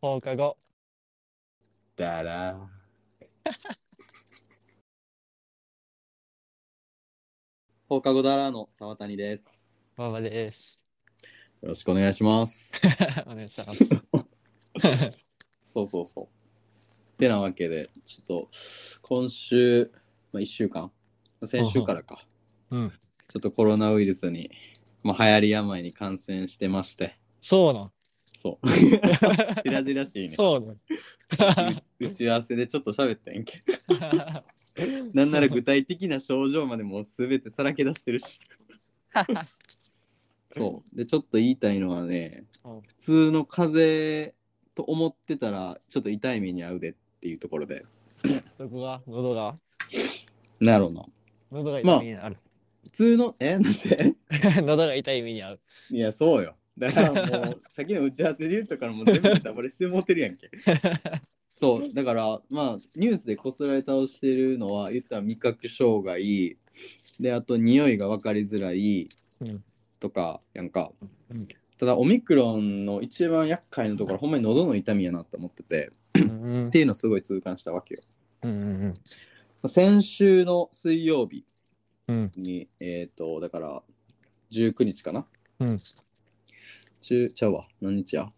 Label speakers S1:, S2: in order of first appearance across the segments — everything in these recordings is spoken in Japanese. S1: 放課後。
S2: だらー。
S3: 放課後だらの沢谷です。
S1: 馬場です。
S3: よろしくお願いします。
S1: お願いします。
S3: そうそうそう。てなわけで、ちょっと、今週、まあ、1週間、先週からか、
S1: うん。
S3: ちょっとコロナウイルスに、まあ、流行り病に感染してまして、
S1: そうなん。
S3: そう。じらじらしいね。
S1: そうなん。
S3: う打ち合わせでちょっと喋ったんやんけ。 なんなら具体的な症状までもう全てさらけ出してる し。そう。で、ちょっと言いたいのはね、
S1: うん
S3: 普通の風邪と思ってたら、ちょっと痛い目に遭うでっていうところで。
S1: どこが喉が
S3: なるほど。
S1: 喉が痛い目にある。
S3: 普通の、え、なんて
S1: 喉が痛い目にある。
S3: いや、そうよ。だからもう、先の打ち合わせで言ったから、もう全部ネタバレしてもってるやんけ。 そう、だから、まあ、ニュースでこすられ倒してるのは、言ったら味覚障害、で、あと、匂いが分かりづらい
S1: うん
S3: とか、やんか。
S1: うん
S3: ただ、オミクロンの一番厄介なところ、ほんまに喉の痛みやなと思ってて、
S1: うん
S3: っていうのをすごい痛感したわけよ。
S1: うんうん
S3: 先週の水曜日
S1: うん
S3: に、えっ、と、だから、19日かな
S1: うん
S3: 中ちゃうわ何日や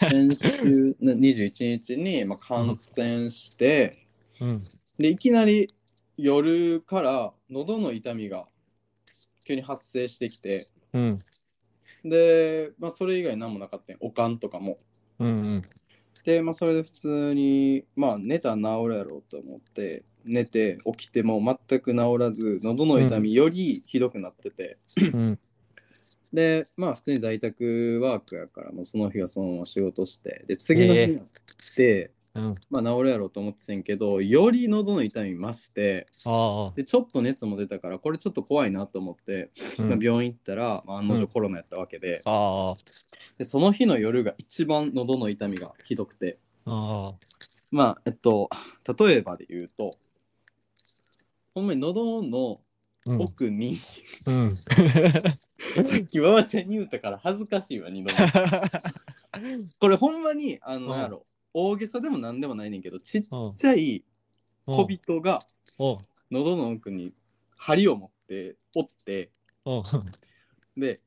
S3: 先週 の21日に、まあ、感染して
S1: うん
S3: でいきなり夜から喉の痛みが急に発生してきて
S1: うん
S3: で、まあ、それ以外何もなかったんおかんとかも
S1: うんうん
S3: で、まあ、それで普通に、まあ、寝たら治るやろうと思って寝て起きても全く治らず喉の痛みよりひどくなってて、
S1: うん
S3: で、まあ普通に在宅ワークやから、もうその日はそのまま仕事して、で、次の日になって、
S1: うん
S3: まあ治るやろうと思ってたんやけど、より喉の痛み増して、
S1: ああ
S3: で、ちょっと熱も出たから、これちょっと怖いなと思って、
S1: うん
S3: まあ、病院行ったら、まあ、案の
S1: うん
S3: 定コロナやったわけで、
S1: あ
S3: で、その日の夜が一番喉の痛みがひどくて、
S1: ああ
S3: まあ、えっと、例えばで言うと、ほんまに喉の
S1: あうん
S3: 奥に、
S1: うん
S3: さっきばばちゃんに言ったから恥ずかしい わ、二度目。これほんまにあ
S1: うん
S3: のなんやろ、大げさでもなんでもないねんけどちっ
S1: うん
S3: ちゃい小
S1: び
S3: 人が
S1: おう
S3: 喉の奥に針を持って折って
S1: おう
S3: で、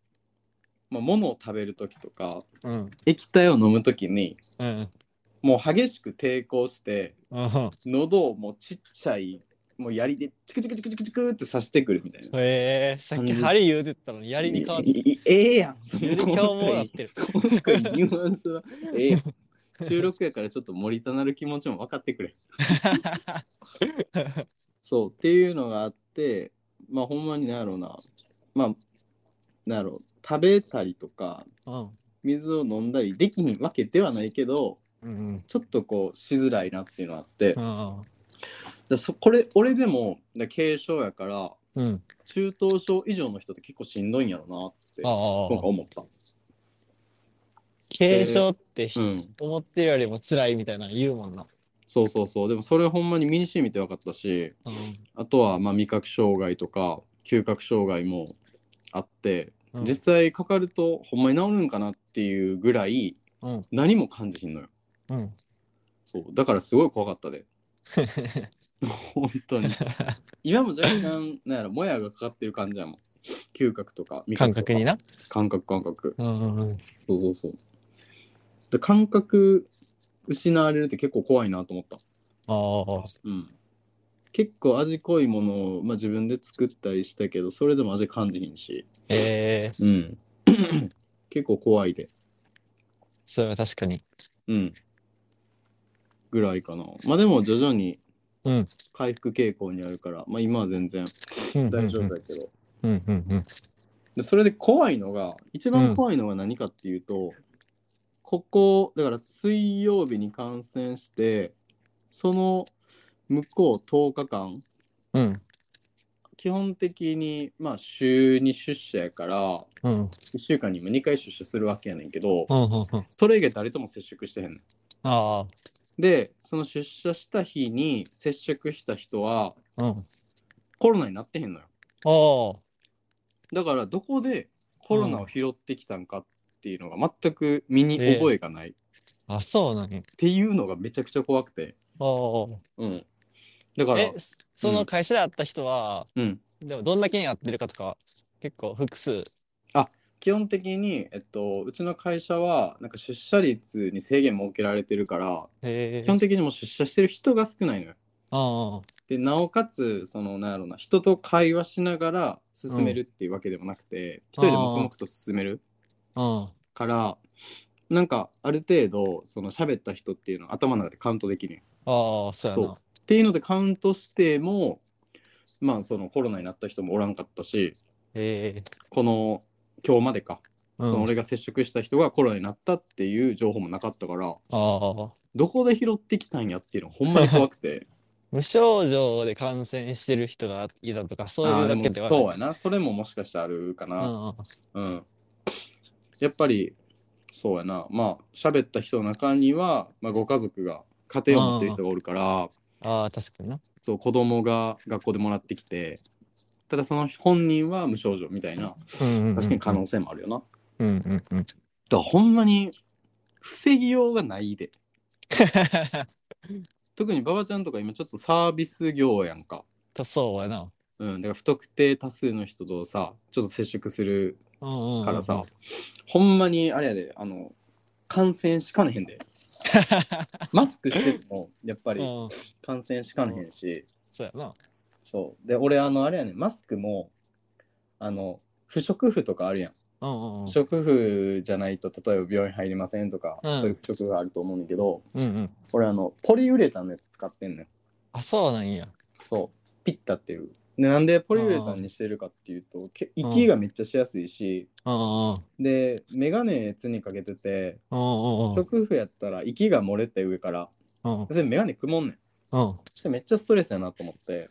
S3: まあ、物を食べる時とか
S1: うん
S3: 液体を飲む時に
S1: うん
S3: もう激しく抵抗して
S1: うん
S3: 喉をもうちっちゃいもう槍でチクチクチクチクチクって刺してくるみたいな。
S1: へえさっき針言うてたのに槍に変わっ
S3: い
S1: て
S3: いいええやん。
S1: より凶暴なってる
S3: 今回ニュアンスは ええやん収録やからちょっと森田なる気持ちも分かってく れ。そうっていうのがあってまあほんまになんやろうなまあなんやろう食べたりとか
S1: うん
S3: 水を飲んだりできひんわけではないけど
S1: うん
S3: ちょっとこうしづらいなっていうのがあって
S1: う、ん
S3: だそこれ俺でもだ軽症やから
S1: うん
S3: 中等症以上の人って結構しんどいんやろうなって
S1: あ
S3: 今
S1: あ
S3: 回思った。
S1: 軽症ってひ
S3: うん、
S1: 思ってるよりも辛いみたいなの言うもんな
S3: そうそうそうでもそれほんまに身にしみて分かったし
S1: うん
S3: あとはまあ味覚障害とか嗅覚障害もあって
S1: うん
S3: 実際かかるとほんまに治るんかなっていうぐらい
S1: うん
S3: 何も感じひんのよ
S1: うん
S3: そうだからすごい怖かっ たで本当に今も若干なんやろもやがかかってる感じやもん嗅覚とか味
S1: 感
S3: 覚とか
S1: 覚にな
S3: 感覚感覚
S1: うんうんうん
S3: そうそうそうで感覚失われるって結構怖いなと思った
S1: ああ
S3: うん結構味濃いものを、まあ、自分で作ったりしたけどそれでも味感じひんし、
S1: ええ
S3: うん、 結構怖いで
S1: それは確かに
S3: うん。ぐらいかな。まあでも徐々に
S1: うん
S3: 回復傾向にあるから、まあ今は全然
S1: うん
S3: 大丈夫だけど。
S1: うんうんうん
S3: でそれで怖いのが、一番怖いのが何かっていうと、ここ、だから水曜日に感染して、その向こう10日間、
S1: うん
S3: 基本的にまあ週に出社やから、
S1: うん
S3: 1週間にも2回出社するわけやねんけど、
S1: うんうんうん
S3: それ以外誰とも接触してへんねん。
S1: あ
S3: で、その出社した日に接触した人は、
S1: あうん
S3: コロナになってへんのよ。
S1: お
S3: だから、どこでコロナを拾ってきたんかっていうのが全く身に覚えがない。
S1: あ、そうなんや。
S3: ていうのがめちゃくちゃ怖くて。
S1: お
S3: うん。だか
S1: ー
S3: ら
S1: え、、そその会社で会った人は、
S3: うん。
S1: でもどんだけに会ってるかとか、結構複数。
S3: 基本的に、えっと、うちの会社は、なんか出社率に制限設けられてるから、
S1: へえ。
S3: 基本的にもう出社してる人が少ないのよ。
S1: ああ。
S3: で、なおかつ、その、なんやろな、人と会話しながら進めるっていうわけでもなくて、一、人で黙々と進める
S1: うん。
S3: から、なんか、ある程度、その、喋った人っていうのを頭の中でカウントできるんよ
S1: ああ、そうや
S3: そうっていうのでカウントしてもまあそのコロナになった人もおらんかったし
S1: な。へえ。
S3: この今日までか、
S1: う
S3: その
S1: ん。
S3: 俺が接触した人がコロナになったっていう情報もなかったから
S1: ああ。
S3: どこで拾ってきたんやっていうのほんまに怖くて
S1: 無症状で感染してる人がいたとか、 そう
S3: あ
S1: い
S3: ー
S1: う
S3: で
S1: だ
S3: も
S1: けでは
S3: そう
S1: な
S3: やなそれももしかしてあるか
S1: い。
S3: な
S1: うんうん。
S3: うん、やっぱりそうやなまあ喋った人の中には、まあ、ご家族が家庭を持ってる人がおるから
S1: ああ、確かにな。
S3: そう子供が学校でもらってきてただその本人は無症状みたいな
S1: 確
S3: 確かに可能性もあるよな。
S1: うんうんうん。
S3: だからほんまに防ぎようがないで。特に馬場ちゃんとか今ちょっとサービス業やんか。
S1: と そうやな。
S3: うん、だから不特定多数の人とさちょっと接触する
S1: うんうんうん
S3: からさ、ほんまにあれやであの感染しかね へんでマスクしててもやっぱ
S1: うん
S3: り感染しかねへんし、
S1: そうやな。
S3: そうで俺あのあれやねマスクもあの不織布とかあるやん
S1: うんうんうん
S3: 不。織布じゃないと例えば病院入りませんとか、
S1: うん
S3: そういう不織布があると思うんだけど、
S1: うんうん。
S3: 俺あのポリウレタンのやつ使ってんねん
S1: あ、そうなんや。
S3: そうピッタっていうでなんでポリウレタンにしてるかっていうとけ息がめっちゃしやすいし、
S1: うんうんうん。
S3: で眼鏡常にかけてて
S1: うんうんうん。
S3: 直布やったら息が漏れて上から
S1: うん
S3: それ眼鏡くもんねん
S1: うん。
S3: それめっちゃストレスやなと思って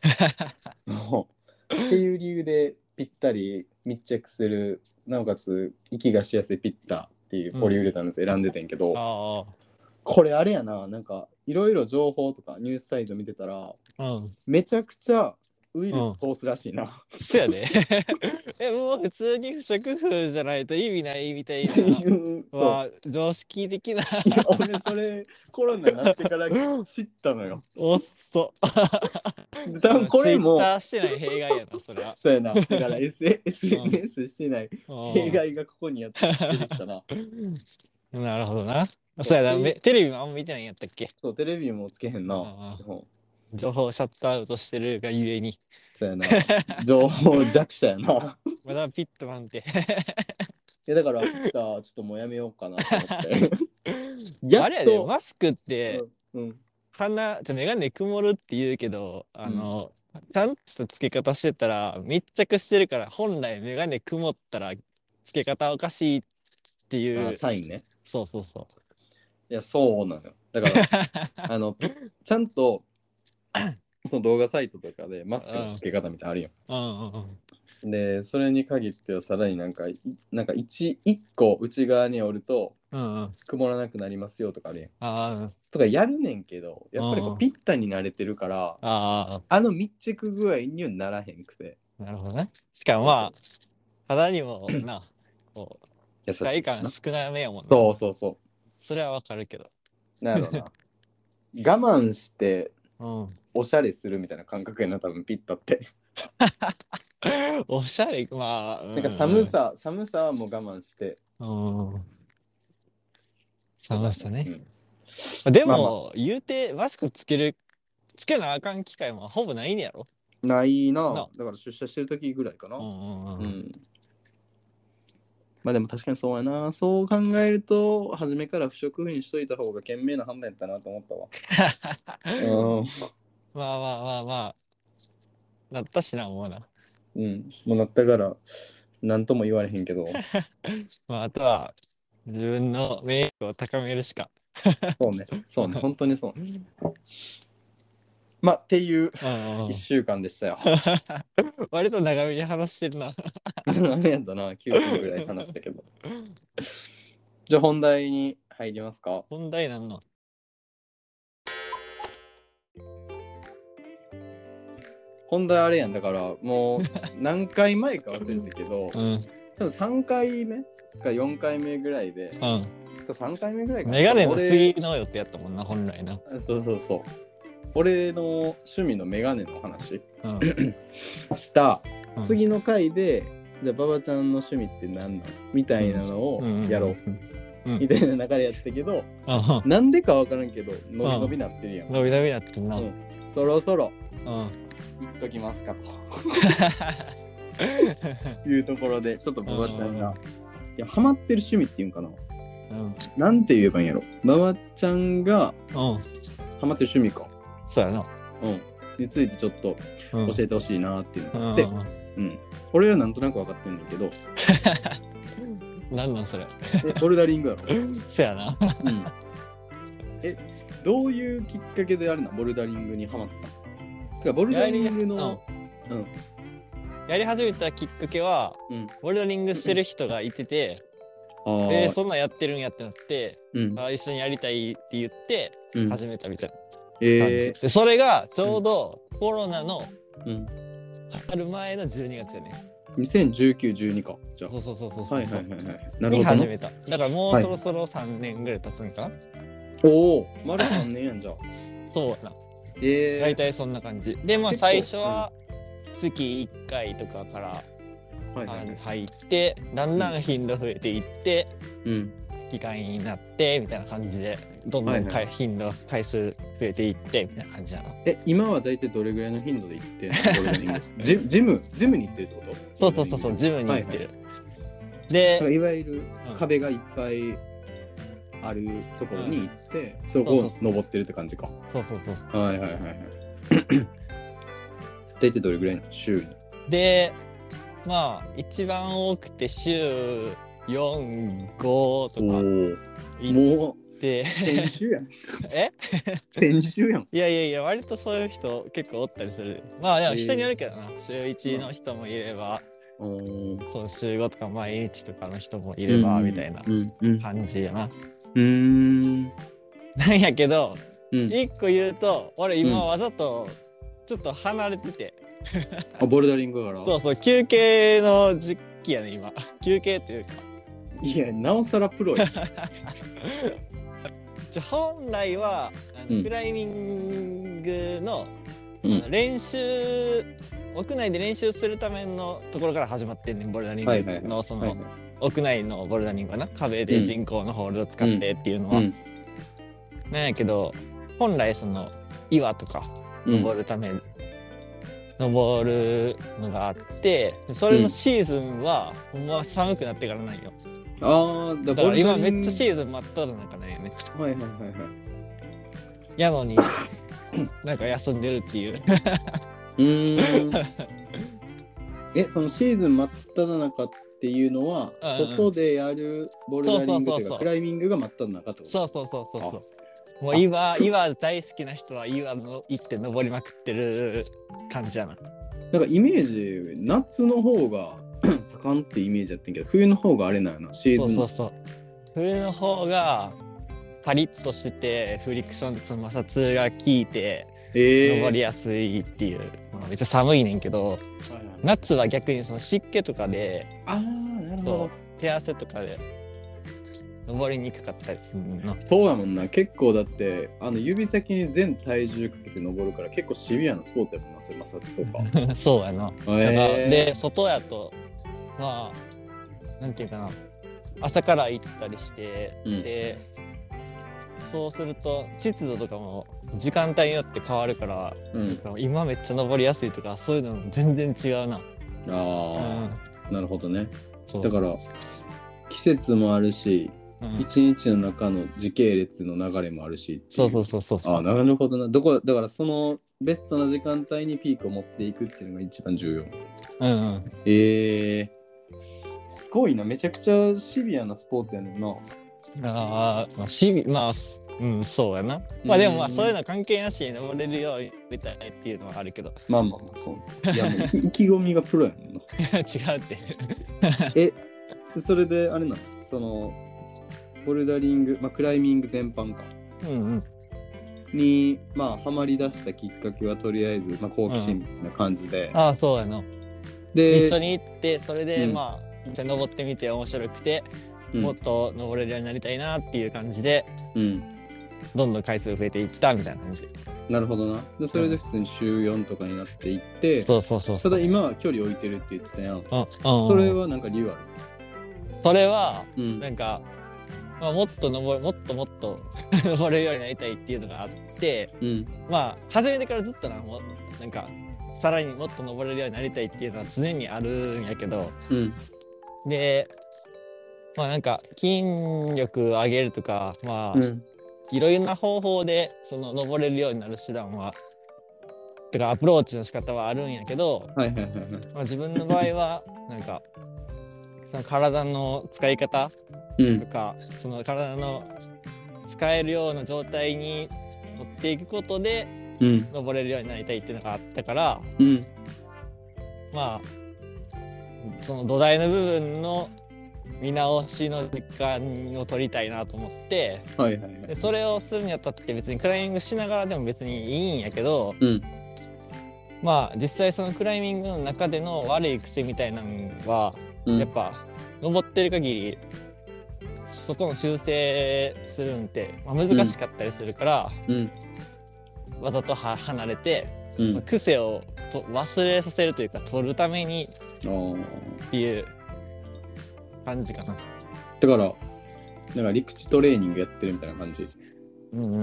S3: そうっていう理由でぴったり密着するなおかつ息がしやすいピッタっていうポリウレタンのやつ選んでてんけど、
S1: あ
S3: これあれやななんかいろいろ情報とかニュースサイト見てたら
S1: あ。うん。
S3: めちゃくちゃウイルス通すらしいな。
S1: そうやで。 え、もう普通に不織布じゃないと意味ないみたい
S3: ってい
S1: な。
S3: う。 そう
S1: は常識的な。
S3: いや俺それコロナになってから知ったのよ。
S1: おっそ。
S3: で多分これも
S1: Twitter してない弊害やな、それは。
S3: そうやな。だから SNS してない
S1: うん
S3: 弊害がここにやってき たな。
S1: なるほどな。そうやな。めテレビもあんま見てないんやったっけ
S3: そうテレビもつけへんな。
S1: ああ
S3: そう
S1: 情報をシャットアウトしてるがゆえに。
S3: そう やな。情報弱者やな。
S1: まだピットマンって。
S3: いやだからじゃあちょっともうやめようかなと思って。や
S1: あ
S3: っ
S1: れやで、
S3: と。
S1: マスクって、
S3: うん
S1: 鼻、ちょ、眼鏡曇るって言うけど、あの、ちゃんとした付け方してたら、密着してるから、本来眼鏡曇ったら、付け方おかしいってい
S3: あ
S1: う。
S3: サインね。
S1: そうそうそ
S3: いやそうなのよ。だか らあのちゃんとその動画サイトとかでマスクの付け方みたいなのあるよ。
S1: う。うんうんうん。
S3: でそれに限ってはさらになんかいなんか 1, 1個内側に折ると
S1: うんうん。
S3: 曇らなくなりますよとかあるやん。
S1: あ
S3: とかやるねんけどやっぱりこ
S1: うん
S3: うピッタに慣れてるから
S1: あ、あ
S3: あの密着具合にはならへんくて。
S1: あ、なるほどね。しかもまあ、肌にもな、こう、
S3: 優
S1: 不快感
S3: な
S1: 少なめやもんな。
S3: そうそうそ
S1: それはわかるけど。
S3: う。なるほどな。 我慢して
S1: うん。
S3: おしゃれするみたいな感覚やな多分ピッタって。
S1: おしゃれ、まあ、
S3: なんか寒さ寒さはもう我慢して。
S1: うん。うん。寒さ
S3: う
S1: ね。
S3: ん
S1: でも、
S3: まあ
S1: 言うて、マスクつける、つけなあかん機会もほぼないんやろ。
S3: ないな
S1: な
S3: だから出社してる時ぐらいかな。
S1: うんうんう。
S3: うんんまあでも確かにそうやな。そう考えると、初めから不織布にしといた方が賢明な判断やったなと思 ったわ。
S1: まあまあまあまあ。なったしな、もうな。
S3: うん。うん。もうなったから、なんとも言われへんけど。
S1: まあ、あとは、自分の免疫力を高めるしか。
S3: そ うね。そうね。本当にそうね。まあ、っていう
S1: うんうんう
S3: 1
S1: ん
S3: 週間でしたよ。
S1: 割と長めに話してるな。
S3: ダメやったな。9分ぐらい話したけど。じゃあ本題に入りますか。
S1: 問題なんの。
S3: 本題あれやん。だから、もう何回前か忘れたけど
S1: う、ん。
S3: 多分3回目か4回目ぐらいで
S1: う、ん。
S3: と3回目ぐらいかな。
S1: メガネの
S3: 俺
S1: 次の予定やったもんな、本来な。
S3: そうそうそう。俺の趣味のメガネの話
S1: うん。
S3: した
S1: うん
S3: 次の回で、じゃあ馬場ちゃんの趣味って何なのみたいなのをやろう。
S1: うん。
S3: みたいな流れやったけど、
S1: うん
S3: なんでかわからんけど、伸び伸びなってるやん。
S1: 伸び伸びなってんな。
S3: う
S1: うんん。
S3: そろそろ行っときます かというところで、ちょっと馬場ちゃんが、いや、ハマってる趣味っていうんかな。
S1: うん。
S3: なんて言えばいいんやろ。馬場ちゃんが
S1: うん。
S3: ハマってる趣味か。
S1: そうやな。
S3: うん。についてちょっと
S1: うん。
S3: 教えてほしいなっていうのがあって、
S1: うん
S3: うん。俺はなんとなく分かってるんだけど、
S1: なんなんそれ。
S3: えボルダリングや ろ。
S1: そうやな。
S3: うん。え、どういうきっかけであるのボルダリングにハマったのてかボルダリングの、
S1: う
S3: うん
S1: んやり始めたきっかけは、
S3: うん
S1: ボルダリングしてる人がいてて、
S3: あー
S1: えーそんなんやってるんやってなって、
S3: うん
S1: あー一緒にやりたいって言って
S3: うん
S1: 始めたみたいな感じ、
S3: えー
S1: でそれがちょうどコロナの
S3: うん、
S1: 春前の12月やね
S3: 2019-12か。じゃ
S1: そうそうそうそう
S3: あ。
S1: そう、
S3: はいはいはいはい。なる
S1: に
S3: ほど
S1: 始
S3: な。
S1: めただからも
S3: は
S1: う
S3: い
S1: そろそろ3年ぐらい経つんかな、
S3: おお、丸3年やんじゃ あ。
S1: そうやな
S3: えー、
S1: 大体そんな感じでまあ
S3: 結構
S1: 最初は月1回とかから
S3: はいはい
S1: あ
S3: はい
S1: の入ってだんだん頻度増えていって
S3: うん。
S1: 月会になってみたいな感じでどんどん
S3: はいはい
S1: 回頻度回数増えていってみたいな感じなの
S3: え、今は大体どれぐらいの頻度で行ってんのボルダリング ジジム、ジムに行ってるってこと
S1: そうそうそうそう、ジムに行ってる。で、
S3: いわゆる
S1: うん
S3: 壁がいっぱいあるところに行って、そこ
S1: そう
S3: を
S1: そうそう
S3: 登ってるって感じか。
S1: そうそうそうそ
S3: はいはいはいはい。 大体どれぐらいの週に。
S1: う。で、まあ、一番多くて週4、5とか
S3: お
S1: 行っ
S3: お、も
S1: て、
S3: う先週やん。
S1: え
S3: 先週やん。
S1: いやいやいや、割とそういう人結構おったりする。まあ、でも人によるけどな、週1の人もいれば、
S3: おー
S1: そう週5とか毎日とかの人もいれば、みたいな
S3: うんうん
S1: 感じやな。
S3: うん。
S1: なんやけど、
S3: うん。
S1: 一個言うと、俺今
S3: うん
S1: わざとちょっと離れてて。
S3: あ、ボルダリングから。
S1: そうそう、休憩の時期やね、今。 休憩っていうか。
S3: いや、なおさらプロや。
S1: じゃ本来はあの、
S3: うん
S1: クライミングの,、
S3: うん
S1: あの練習、屋内で練習するためのところから始まってんねん、ボルダリングの、
S3: はいはいは
S1: その、
S3: はい
S1: 屋内のボルダリングはな、壁
S3: う
S1: で
S3: ん
S1: 人工のホールド使ってっていうの
S3: う
S1: は。
S3: ん。
S1: なんやけど、本来その岩とか
S3: うん
S1: 登るため、登るのがあって、それのシーズンは、ほんま寒くなってからなんよ。
S3: ああ、だ
S1: だから今
S3: ボル
S1: め
S3: ダリング
S1: っちゃシーズン真っ只中なんよね。
S3: はいはいはいは
S1: やの に、なんか休んでるっていう。
S3: い。うーん。え、そのシーズン真っ只中っていうのは、
S1: うんうん
S3: 外でやるボルダリング
S1: そうそう
S3: と
S1: そう
S3: いう
S1: そ
S3: か
S1: う
S3: クライミングが真っ只中ってこと。
S1: そううそうそうそうそう。もう岩、岩大好きな人は岩の行って登りまくってる感じやな。
S3: なんかイメージ、夏の方が 盛んってイメージやってんけど、冬の方があれなんやな、シーズン。
S1: そうそうそう。冬の方がパリッとしてて、フリクションその摩擦が効いて、
S3: ええ
S1: 登りやすいっていう。まあ、めっちゃ寒いねんけど、
S3: はいはい
S1: 夏は逆にその湿気とかで、
S3: ああ、なるほ
S1: そ
S3: ど。
S1: う、手汗とかで登りにくかったりする の。
S3: そうやもんな、結構だって、あの指先に全体重かけて登るから、結構シビアなスポーツやもんな、それ摩擦 とか。
S1: そうやな。だから
S3: ええ
S1: で外やとまあなんていうかな朝から行ったりして、
S3: うん
S1: でそうすると湿度とかも時間帯によって変わるから、
S3: うん、
S1: 今めっちゃ登りやすいとかそういうのも全然違うな。
S3: ああ、なるほどね。
S1: そう
S3: だから季節もあるし、
S1: うん
S3: 一日の中の時系列の流れもあるし。
S1: そうそうそうそう
S3: あ
S1: そ
S3: あ、
S1: う
S3: なるほどな。どこだからそのベストな時間帯にピークを持っていくっていうのが一番重要。
S1: うんうん
S3: ええすごいな。めちゃくちゃシビアなスポーツやねんな。
S1: あーまあシビまあすうんそうやなまあでもま
S3: う
S1: あ
S3: ん
S1: そういうの関係なしに登れるようになりたいっていうのはあるけど
S3: まあまあまあ、 そう。いや、もう意気込みがプロやもんな。
S1: 違うって
S3: え、それであれなのその、ボルダリング、まあ、クライミング全般か。
S1: うんうん
S3: に、まあ、ハマり出したきっかけはとりあえず、まあ、好奇心みたいな感じで、
S1: ああそうやな
S3: で
S1: 一緒に行ってそれで、
S3: うん
S1: まあじゃあ登ってみて面白くて
S3: うん
S1: もっと登れるようになりたいなっていう感じで
S3: うん。
S1: どんどん回数増えていったみたいな感じ
S3: なるほどな。でそれで普通に週4とかになっていって、
S1: そうそうそうそ
S3: た
S1: う
S3: だ今は距離置いてるって言ってたや
S1: う
S3: ん。
S1: んうん
S3: それはなんか理由あ
S1: それは
S3: る。うん。
S1: なんか、まあ、もっと登るもっともっと 登れるようになりたいっていうのがあって
S3: うん。
S1: まあ初めてからずっとなもうなんかさらにもっと登れるようになりたいっていうのは常にあるんやけど
S3: うん。
S1: でまあなんか筋力上げるとかまあ、
S3: うん。
S1: いろいろな方法でその登れるようになる手段はてかアプローチの仕方はあるんやけど、
S3: はいはいはいはい。
S1: まあ、自分の場合はなんかその体の使い方
S3: う
S1: と
S3: ん。
S1: かその体の使えるような状態に持っていくことで
S3: うん。
S1: 登れるようになりたいっていうのがあったから
S3: うん。
S1: まあその土台の部分の見直しの時間を取りたいなと思って
S3: はいはいはい
S1: で。それをするにあたって別にクライミングしながらでも別にいいんやけど
S3: うん。
S1: まあ実際そのクライミングの中での悪い癖みたいなのは
S3: うん
S1: やっぱ登ってる限りそこの修正するんって、まあ、難しかったりするから、
S3: うん。
S1: わざとは離れて、
S3: う
S1: ま
S3: ん
S1: あ。癖をと忘れさせるというか取るために
S3: あー
S1: っていう感じかな。
S3: だから、なんか陸地トレーニングやってるみたいな感じ。
S1: うんうんうん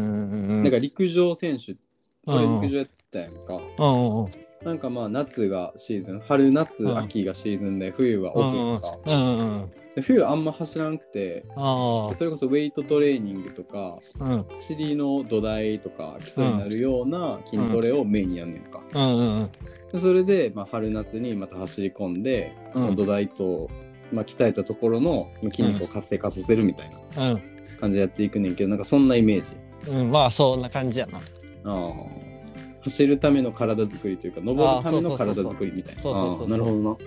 S1: うん
S3: なんか陸上選手、
S1: う
S3: これ
S1: んうん
S3: 陸上やってたやんか。
S1: うんうん
S3: なんかまあ夏がシーズン、春、夏、
S1: うん
S3: 秋がシーズンで、冬は
S1: う
S3: オ
S1: んうん
S3: フとか。
S1: うんうん
S3: で冬あんま走らんくて、
S1: あ
S3: それこそウェイトトレーニングとか、
S1: ーうん
S3: 尻の土台とか基礎になるような筋トレをメインにやんねんか。
S1: うんうん
S3: でそれで、まあ、春夏にまた走り込んで、
S1: うん
S3: その土台と、まあ、鍛えたところのまあ筋肉を活性化させるみたいな
S1: うん
S3: 感じでやっていくねんけど、なんかそんなイメージ。
S1: うんまあそんな感じやな。
S3: あー走るための体作りというか、登るため
S1: あーそう
S3: の
S1: そうそう
S3: 体
S1: そう
S3: 作りみたいな。
S1: そうそうそうそう
S3: あーなるほどな。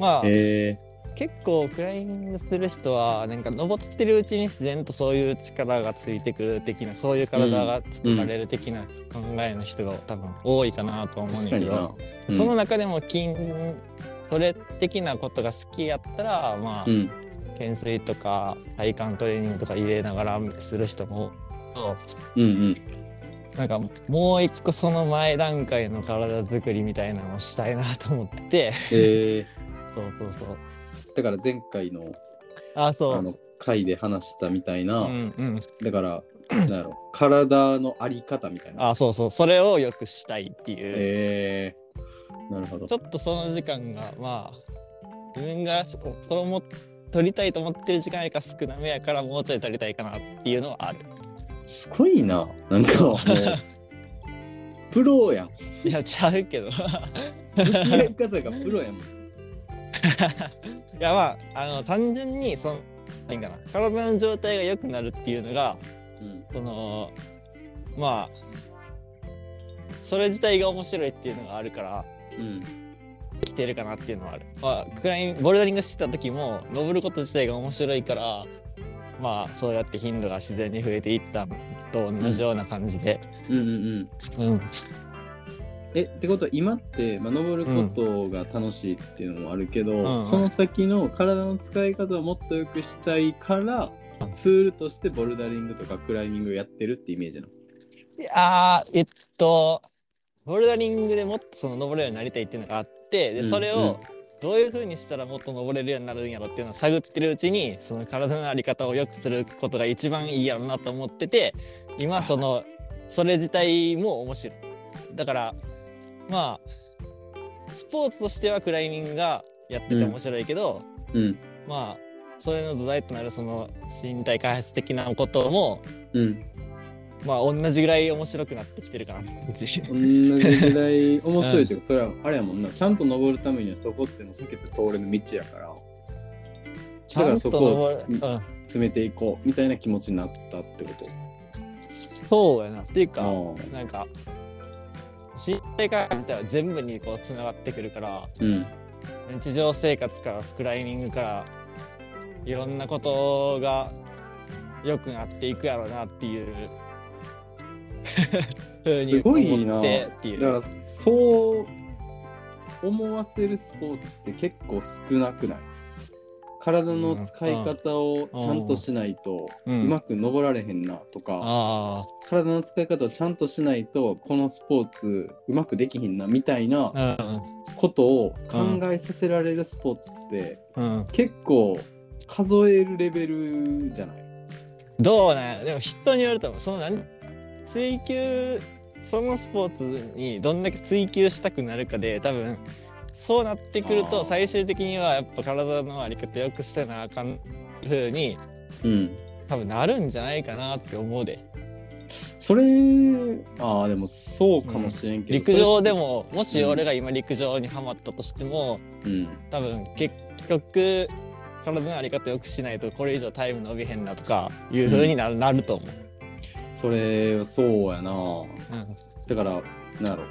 S1: まあ、
S3: へえ
S1: 結構クライミングする人はなんか登ってるうちに自然とそういう力がついてくる的なそういう体が作られる的な考えの人が多分多いかなとは思うんだ
S3: 確か
S1: け
S3: にな
S1: ど、。その中でも筋トレ的なことが好きやったらまあ、
S3: うん、
S1: 懸垂とか体幹トレーニングとか入れながらする人も多いけ
S3: うん、うん
S1: どなんかもう一個その前段階の体作りみたいなのをしたいなと思ってて
S3: ええ
S1: そうそうそう
S3: だから前回の
S1: あそう
S3: あの回で話したみたいうな、
S1: んうん
S3: だからなんだろう体のあり方みたいな。
S1: あそうそうそれをよくしたいっていう、
S3: えー、なるほど。
S1: ちょっとその時間がまあ自分がちょっとこれも取りたいと思ってる時間よりか少なめやからもうちょい取りたいかなっていうのはあ る
S3: すごいな。なん かもうプロやん。
S1: いやちゃうけど い
S3: 向き合い方がプロやん。
S1: やまああの単純にそのなんかな体の状態が良くなるっていうのが
S3: うん
S1: そのまあそれ自体が面白いっていうのがあるから
S3: うん
S1: 来てるかなっていうのはある、まあ、クラインボルダリングしてた時も登ること自体が面白いからまあそうやって頻度が自然に増えていったのと同じような感じで、
S3: うんうんうん。
S1: うん
S3: えってことは今って、まあ、登ることが楽しいっていうのもあるけど、
S1: んうん
S3: その先の体の使い方をもっと良くしたいからツールとしてボルダリングとかクライミングをやってるってイメージなの。
S1: いやーえっとボルダリングでもっとその登れるようになりたいっていうのがあってで
S3: うん
S1: それ
S3: う
S1: をどういうふうにしたらもっと登れるようになるんやろっていうのを探ってるうちにその体の在り方を良くすることが一番いいやろなと思ってて今そのそれ自体も面白いだからまあスポーツとしてはクライミングがやってて面白いけど、
S3: うん
S1: まあそれの土台となるその身体開発的なことも
S3: うん、
S1: まあ同じぐらい面白くなってきてるかなって感じ。
S3: 同じぐらい面白いというか、それはあれやもんなちゃんと登るためにはそこっていうのを避けて通れる道やから
S1: ちゃんと登る
S3: だか
S1: うん、
S3: 詰めていこうみたいな気持ちになったってこと
S1: そうやな。っていう
S3: あ
S1: か、なんか、身体開発自体は全部にこうつながってくるから、
S3: ーうん
S1: 日常生活からスクライミングから、いろんなことが良くなっていくやろうなっていう。ふうに
S3: すごいな
S1: 思ってっていう
S3: だからそう思わせるスポーツって結構少なくない体の使い方をちゃんとしないと
S1: う
S3: うんまく登られへんなとか、
S1: あ
S3: 体の使い方をちゃんとしないとこのスポーツうまくできひんなみたいな
S1: あ
S3: ことを考えさせられるスポーツって
S1: うんうん
S3: 結構数えるレベルじゃない
S1: どうなんやでも人によると思うそのなん追求そのスポーツにどんだけ追求したくなるかで多分そうなってくる
S2: あ
S1: と
S2: ー
S1: 最終的にはやっぱ体のあり方良くしてなあかんふうに
S3: うん。
S1: 多分なるんじゃないかなって思うで
S3: それ、ああ、でもそうかもしれんけど。
S1: 陸上で
S3: も。
S1: ももし俺が今陸上にはまったとしても
S3: うん。
S1: 多分結局体のあり方良くしないとこれ以上タイム伸びへんなとかいうふうになる,、なると思う、
S3: それ、そうやな。
S1: うん
S3: だから、なんやろ。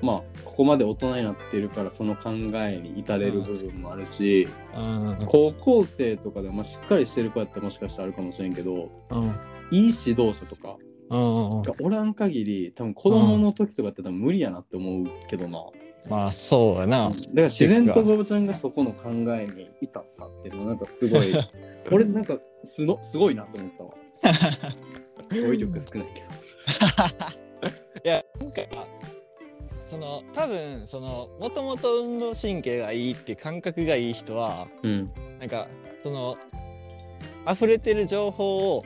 S3: まあ、ここまで大人になってるから、その考えに至れる部分もあるし、
S1: うん
S3: 高校生とかでも、まあ、しっかりしてる子やったらもしかしたらあるかもしれんけど、
S1: うん
S3: いい指導者とか
S1: うんうん
S3: がおらん限り、多分子供の時とかって多分無理やなって思うけどな。
S1: まあそうやな、
S3: うんだから自然とゴブちゃんがそこの考えに至ったっていうのはなんかす ごい俺なんかすのすごいなと思ったわ語彙力少ないけど
S1: いやなんかその多分そのもともと運動神経がいいっていう感覚がいい人は
S3: うん
S1: なんかその溢れてる情報を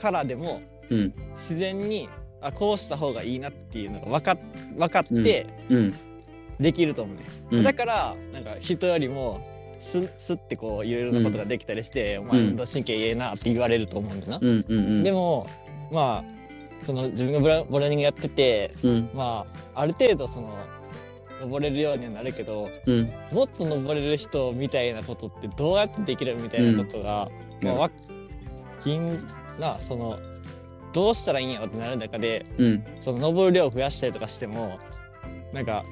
S1: からでも
S3: うん
S1: 自然にあこうした方がいいなっていうのが分かっ分かって
S3: うん
S1: できると思うね、
S3: うん
S1: だからなんか人よりもすすってこういろいろなことができたりして、お前
S3: うん
S1: 運動神経いいなって言われると思うんだよな、
S3: うんうんうん
S1: でもまあその自分がブラボラーニングやってて
S3: うん
S1: まあある程度その登れるようにはなるけど
S3: うん
S1: もっと登れる人みたいなことってどうやってできるみたいなことが、
S3: うん
S1: まあ、わ金なそのどうしたらいいんやろってなる中で
S3: うん
S1: その登る量を増やしたりとかしてもなんか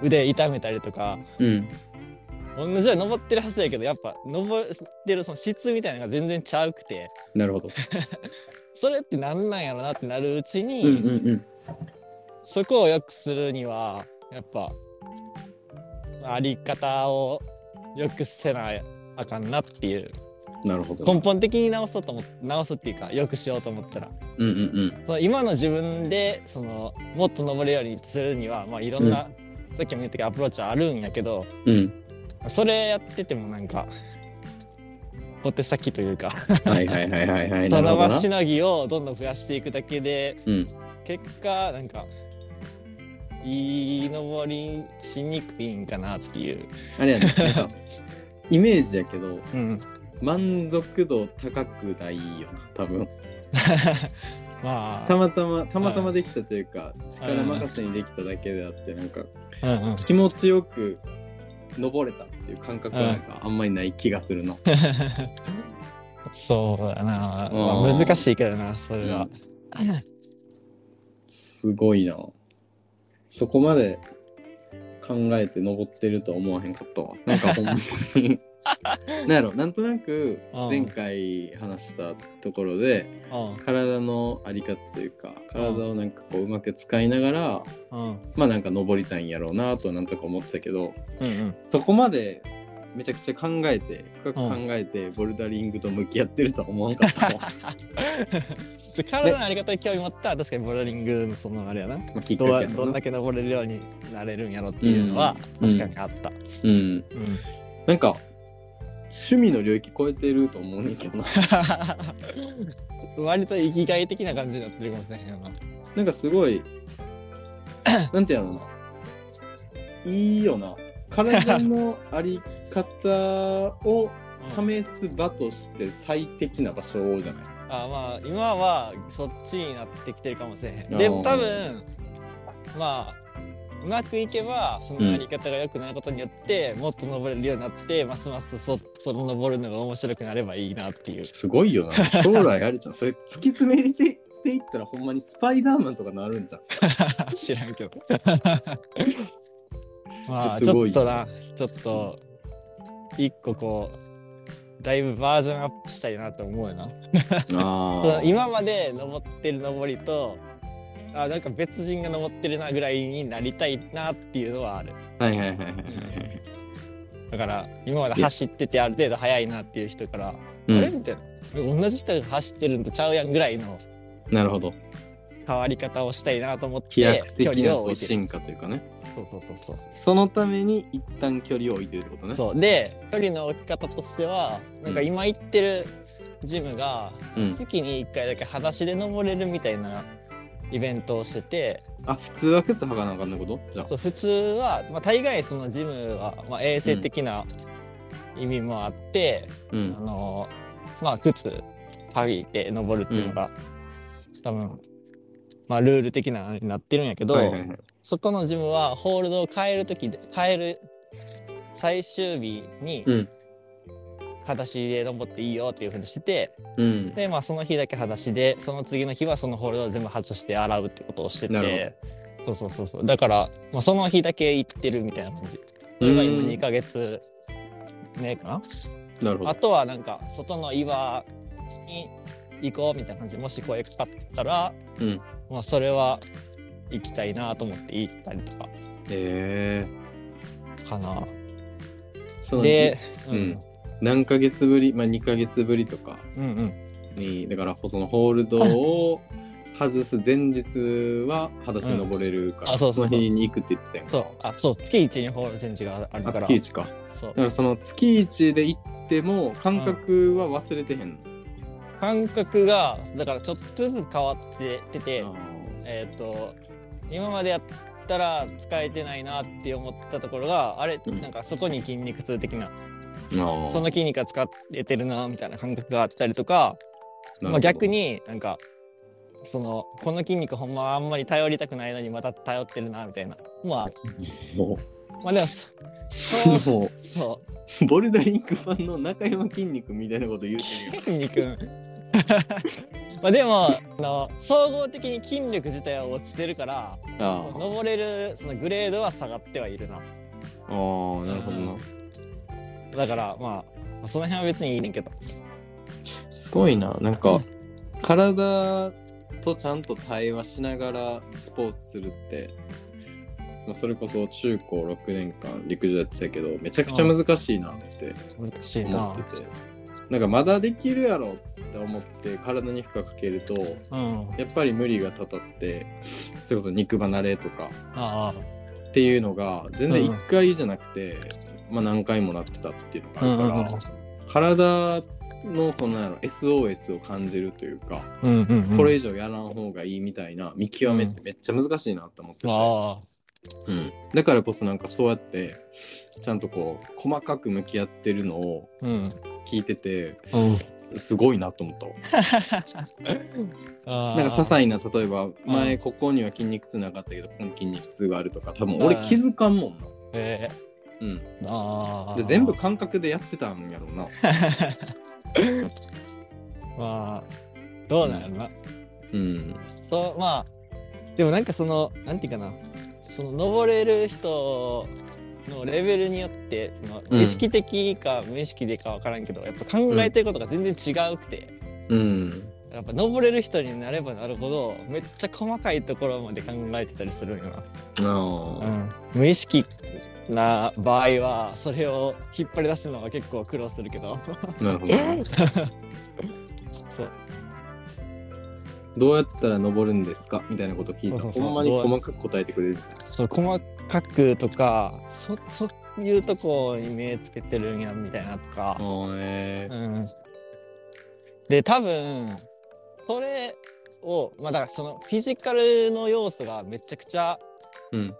S1: 腕痛めたりとか
S3: うん
S1: 同じように登ってるはずやけどやっぱ登ってるその質みたいなのが全然ちゃうくて
S3: なるほど
S1: それってなんなんやろなってなるうちに、
S3: うんうんうん
S1: そこを良くするにはやっぱあり方を良くせなあかんなっていう
S3: なるほど
S1: 根本的に直そうと思っ直すっていうか良くしようと思ったら
S3: うんうんうん
S1: その今の自分でそのもっと登れるようにするにはまあいろんな、さっきも言ったけどアプローチはあるんやけど
S3: うん
S1: それやっててもなんか小手先というか
S3: はいはいはいはい はい
S1: そ
S3: なる
S1: の
S3: ほ
S1: 場
S3: どな
S1: しのぎをどんどん増やしていくだけで
S3: うん
S1: 結果なんかいい登りしにくいんかなっていう、
S3: あれやねなんかイメージやけど
S1: うん、
S3: 満足度高くないよな多分
S1: まあ
S3: たまたまたまたまできたというか、力任せにできただけであってなんか
S1: うんうん、
S3: 気持ちよく登れたっていう感覚はなんかあんまりない気がするな、
S1: そうだな、まあ
S3: うん
S1: 難しいけどなそれは、
S3: すごいなそこまで考えて登ってるとは思わへんかったわなんかほんま になんやろなんとなく
S1: うん
S3: 前回話したところで
S1: うん
S3: 体のあり方というか体をなんかこううまく使いながら
S1: うん
S3: まあなんか登りたいんやろうなとはなんとか思ってたけど
S1: うん
S3: そこまでめちゃくちゃ考えて深く考えてボルダリングと向き合ってるとは思わんかったわ
S1: うん、体のあり方に興味持ったら確かにボルダリングのそのあれやな
S3: まあき っかけ
S1: どう
S3: や
S1: ど
S3: ろ
S1: ん
S3: な
S1: だけ登れるようになれるんやろっていうのは
S3: うん
S1: 確かにあった、
S3: うん
S1: うん
S3: なんか趣味の領域超えてると思うねんけどな
S1: 割と生きがい的な感じになってるかもしれへんよな
S3: なんか すごいなんてやろうなないいよな体のあり方を
S1: うん
S3: 試す場として最適な場所じゃない
S1: あまあ今はそっちになってきてるかもしれへ
S3: あ
S1: ん
S3: ー
S1: でも多分まあうまくいけばそのやり方が良くなることによって、もっと登れるようになってますますそその登るのが面白くなればいいなっていう
S3: すごいよな将来あるじゃんそれ突き詰めていったらほんまにスパイダーマンとかなる んじゃん
S1: 知らん けどまあ
S3: す
S1: ち
S3: ご
S1: ょっ
S3: い
S1: となちょっと一個こうだいぶバージョンアップしたいなと思うよなそ
S3: あ
S1: の今まで登ってる登りとあなんか別人が登ってるなぐらいになりたいなっていうのはある
S3: はいはいはいはいはい。
S1: だから今まで走っててある程度速いなっていう人から、
S3: うん
S1: あれみたいなえ同じ人が走ってるんとちゃうやんぐらいの
S3: なるほど。
S1: 変わり方をしたいなと思って
S3: 飛躍
S1: 距
S3: 的
S1: 離
S3: な
S1: を置いてる
S3: 進化というかね。
S1: そうそうそうそう
S3: そのために一旦距離を置いてるってことね。
S1: そうで距離の置き方としてはなんか今行ってるジムが
S3: うん、
S1: 月に1回だけ裸足で登れるみたいなイベントをしてて
S3: あ、普通は靴履かなあかんってことじゃあ。
S1: そう普通は、まあ、大概そのジムは、まあ、衛生的な意味もあって、
S3: う
S1: あ
S3: ん。
S1: のーまあ靴履いて登るっていうのが、多分まあルール的なのになってるんやけど、
S3: はいはいはい。
S1: そこのジムはホールドを変える時で変える最終日に
S3: うん
S1: 裸足で登っていいよっていうふうにしてて、
S3: うん。
S1: でまあその日だけ裸足でその次の日はそのホールドを全部外して洗うってことをして
S3: なる
S1: て
S3: ほ
S1: そうそうそうそうだから、まあ、その日だけ行ってるみたいな感じそれが今2ヶ月目かな
S3: なるほ
S1: あ
S3: ど。
S1: とはなんか外の岩に行こうみたいな感じでもし声かかったら、
S3: うん
S1: まあ、それは行きたいなと思って行ったりとか
S3: え
S1: かな。
S3: ー、その
S1: で、
S3: うん何ヶ月ぶり、まあ2ヶ月ぶりとか
S1: うんうん
S3: に、だからそのホールドを外す前日は裸足に登れるから、
S1: うんあそうそうそう
S3: の日に行くって言ってたよ。
S1: そうあそう月一にホールチェンジがある
S3: あ、
S1: から
S3: 月一か。だ
S1: そう
S3: からその月一で行っても感覚は忘れてへん。
S1: 感覚がだからちょっとずつ変わってってて、
S3: あ
S1: えっ、と今までやったら使えてないなって思ったところがあれ、
S3: うん
S1: なんかそこに筋肉痛的な
S3: ーあ
S1: その筋肉が使えてるなみたいな感覚があったりとか、まあ、逆。になんかそのこの筋肉ほんまはあんまり頼りたくないのにまた頼ってるなみたいなまあ
S3: なるほども
S1: まあでもそ
S3: う
S1: そう
S3: も
S1: そう
S3: ボルダリングファンの中山筋肉みたいなこと言うてるよ
S1: う。筋肉 まあでもあの総合的に筋力自体は落ちてるから
S3: あ
S1: その登れるそのグレードは下がってはいるな
S3: あー、なるほどな。
S1: だからまあその辺は別にいいねんけど
S3: すごいな。なんか、体とちゃんと対話しながらスポーツするって、まあ、それこそ中高6年間陸上やってたけど、めちゃくちゃ難しいなって
S1: 難しい
S3: 思
S1: な
S3: ってて。なんかまだできるやろって思って体に負荷かけると
S1: うん
S3: やっぱり無理がたたってそれこそ肉離れとか
S1: あ
S3: っていうのが全然
S1: うん
S3: 1回じゃなくて、まあ何回もなってたっていうの
S1: あう
S3: があ
S1: んう
S3: る
S1: ん
S3: から、体のそのなんやろ SOS を感じるというか、
S1: うんうんうん
S3: これ以上やらん方がいいみたいな見極めってめっちゃ難しいなって思ってて、
S1: あ
S3: うんだからこそなんかそうやってちゃんとこう細かく向き合ってるのを
S1: あうん
S3: 聞いてて
S1: うん
S3: すごいなと思ったわなんか些細な例えば前ここには筋肉痛なかったけどここに筋肉痛があるとか多分俺
S1: うん
S3: 気づかんもんな。
S1: え
S3: うん、
S1: ー、あ
S3: で全部感覚でやってたんやろうな。
S1: まあどうなんやろな、
S3: うん、
S1: そうまあでもなんかそのなんていうかなその登れる人のレベルによってその
S3: うん
S1: 意識的か無意識でか分からんけど、やっぱ考えてることが全然違うくて、
S3: うん、
S1: やっぱ登れる人になればなるほどめっちゃ細かいところまで考えてたりするんよな。
S3: あー
S1: 無意識な場合はそれを引っ張り出すのが結構苦労するけど
S3: なるほどな。
S1: そう
S3: どうやったら登るんですかみたいなこと聞いたら
S1: そうそうそう
S3: ほんまに細かく答えてくれる。
S1: そう細かくとかそそういうとこに目つけてるんやみたいなとか、
S3: あえ
S1: うん、で多分それをまあだからそのフィジカルの要素がめちゃくちゃ
S3: うん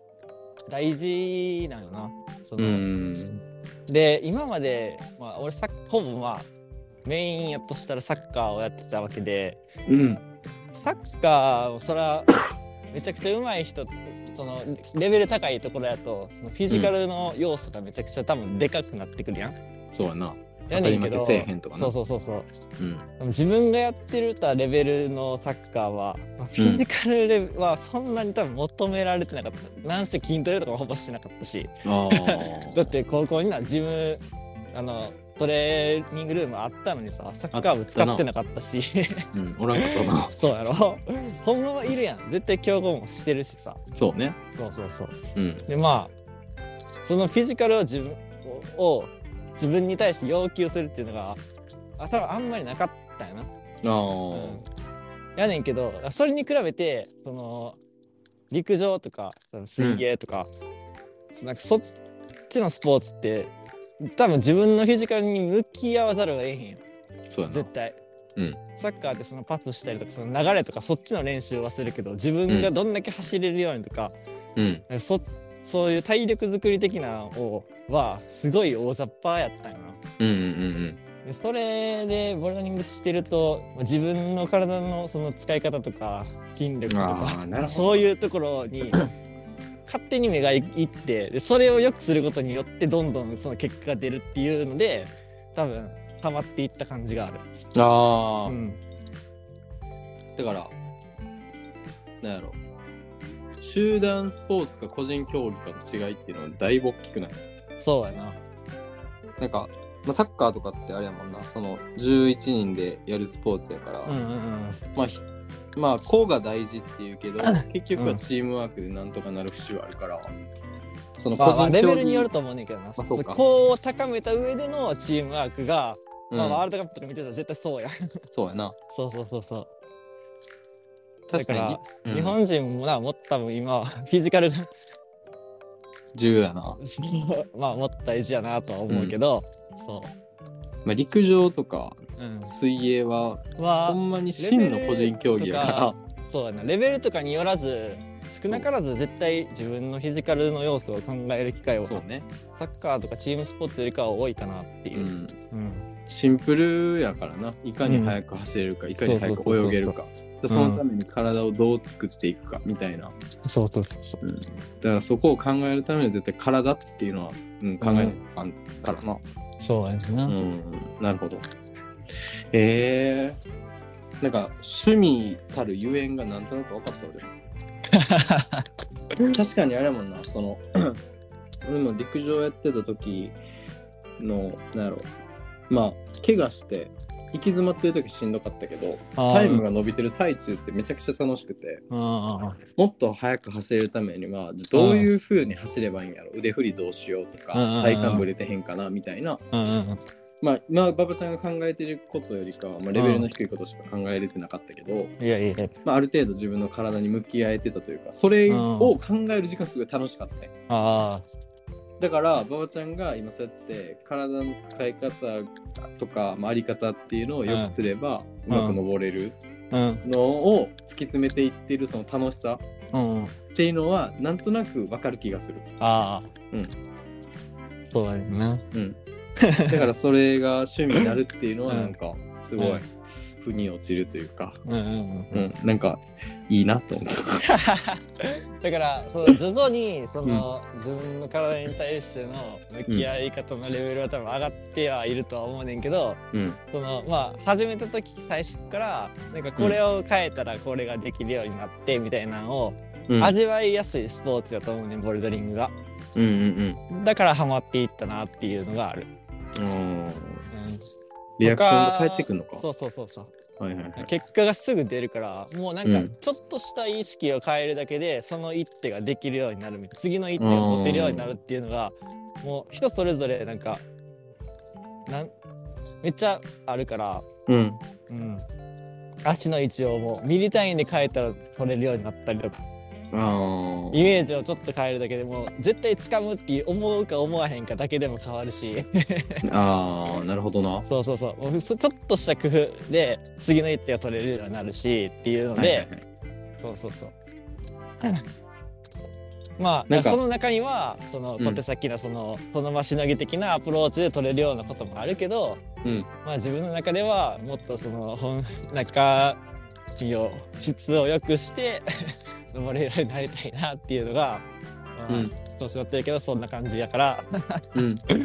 S1: 大事なのな、その
S3: うん。
S1: で今まで、まあ、俺サッほぼまあメインやとしたらサッカーをやってたわけで
S3: うん。
S1: サッカーをそら めちゃくちゃ上手い人そのレベル高いところやとそのフィジカルの要素がめちゃくちゃ多分でかくなってくるやん。
S3: そうやな。
S1: やねんけ
S3: 当
S1: ど
S3: たり負けせえへんとかな
S1: そうそうそうそう
S3: うん。
S1: でも自分がやってるたレベルのサッカーは、まあフィジカルレベルはそんなに多分求められてなかった、なんせ筋トレとかもほぼしてなかったし
S3: あ
S1: だ
S3: あ
S1: っ。て高校になジムあのトレーニングルームあったのにさサッカー部使ってなかったし。
S3: うん。おらんかったな
S1: そうやろ ほんまはいるやん絶対競合もしてるしさ
S3: そうね。
S1: そうそうそう
S3: うん。
S1: でまあそのフィジカルを自分を自分に対して要求するっていうのがあ多分あんまりなかったよな。
S3: あ
S1: う
S3: あ
S1: ん、やねんけどそれに比べてその陸上とかその水泳とか,、なんかそっちのスポーツって多分自分のフィジカルに向き合わざるを得へんよ
S2: そうやな
S1: 絶対、
S2: うん
S1: サッカーってそのパスしたりとかその流れとかそっちの練習はするけど自分がどんだけ走れるようにとか,、
S2: うん
S1: なんかそそういう体力作り的なのをはすごい大雑把やったんよな。
S2: うんうん
S1: でそれでボルダリングしてると自分の体のその使い方とか筋力
S2: あー
S1: と
S2: なるほ
S1: か
S2: ど
S1: そういうところ に勝手に目がいってでそれを良くすることによってどんどんその結果が出るっていうので多分ハマっていった感じがある。
S2: うんああ、
S1: うん
S3: だからなんやろ集団スポーツか個人競技かの違いっていうのはだいぶ大きくない
S1: そうやな。
S3: なんか、まあ、サッカーとかってあれやもんなその11人でやるスポーツやから、
S1: うんうんうん。
S3: まあひまあ個が大事っていうけど結局はチームワークでなんとかなる節はあるからその個
S1: まあまあ
S3: 人
S1: レ
S3: 競
S1: ベ
S3: 技
S1: ルによると思うねんけどな。
S3: あそうか
S1: こう高めた上でのチームワークが、
S3: うん
S1: まあ、ワールドカップとか見てたら絶対そうや。
S3: そうやな
S1: そうそうそうそう。
S3: 確かに
S1: だから
S3: うん
S1: 日本人もな、もっと多分今はフィジカルが
S3: 重要やな、
S1: その まあもっと大事やなとは思うけど、そ
S3: まあ、陸上とか
S1: う、うん、
S3: 水泳はほ
S1: は
S3: んまに真の個人競技やから
S1: そうやなレベルとかによらず少なからず絶対自分のフィジカルの要素を考える機会を
S3: そうね、
S1: サッカーとかチームスポーツよりかは多いかなっていうう、
S3: ん、
S1: うん
S3: シンプルやからないかに速く走れるか、いかに速く泳げる
S1: う
S3: か
S1: そうそう
S3: そのために体をどう作っていくかみたいな、
S1: そうそうそうそう
S3: だからそこを考えるためには絶対体っていうのは、うん、考えないかんからな
S1: そうやな、
S3: うん、なるほどえー、なんか趣味たるゆえんがなんとなく分か った俺確かにあれやもんなその 俺も陸上やってた時のなんやろまあ怪我して行き詰まってる時しんどかったけど
S1: あー
S3: タイムが伸びてる最中ってめちゃくちゃ楽しくて
S1: うんうん
S3: もっと速く走れるためにはどういう風に走ればいいんやろ腕振りどうしようとか
S1: うんうんうん
S3: 体幹ぶれてへんかなみたいな
S1: うんうんうん
S3: まあ今馬場ちゃんが考えてることよりかは、まあ、レベルの低いことしか考えれてなかったけど、
S1: いやいやいや
S3: まあ、ある程度自分の体に向き合えてたというかそれを考える時間すごい楽しかったね、
S1: あ
S3: だから馬場ちゃんが今そうやって体の使い方とか、まあ、あり方っていうのを良くすれば
S1: う
S3: う
S1: ん
S3: まく登れる
S1: あうん
S3: のを突き詰めていってるその楽しさ
S1: うん
S3: っていうのはなんとなくわかる気がする、
S1: ああ
S3: うん
S1: そうやな
S3: うん、だからそれが趣味になるっていうのはなんかすごい
S1: うん
S3: 腑に落ちるというか、
S1: うんうんうん
S3: うん、なんかいいなと思った。
S1: だからその徐々にその、自分の体に対しての向き合い方のレベルは多分上がってはいるとは思うねんけど、
S3: うん
S1: そのまあ始めた時最初からなんかこれを変えたらこれができるようになってみたいなのを
S3: うん
S1: 味わいやすいスポーツだと思うねんボルダリングが
S3: うんうん
S1: だからハマっていったなっていうのがある、
S3: うん。
S1: うん
S3: リアクションが返ってくるのか。
S1: そうそうそうそう
S3: はいはいはい。
S1: 結果がすぐ出るからもうなん
S3: う
S1: か
S3: ん
S1: ちょっとした意識を変えるだけでその一手ができるようになるみたいな次の一手が持てるようになるっていうのがもう人それぞれなんかなんめっちゃあるから、
S3: うん。
S1: うん、足の位置をもうミリ単位で変えたら取れるようになったりとか
S3: あ
S1: イメージをちょっと変えるだけでもう絶対掴むっていう思うか思わへんかだけでも変わる し
S3: ーあー、なるほどな。
S1: そうそうそうもうそちょっとした工夫で次の一手が取れるようになるしっていうので。
S3: はいはいはい
S1: そうそうそう。まあ、
S3: なんか
S1: その中にはその
S3: うん
S1: 小手先のその、その場しのぎ的なアプローチで取れるようなこともあるけど、
S3: うん
S1: まあ自分の中ではもっとその本中身を質を良くして 登れるようになりたいなっていうのが、まあ
S3: うん
S1: 調子乗ってるけどそんな感じやから
S3: うん。
S1: て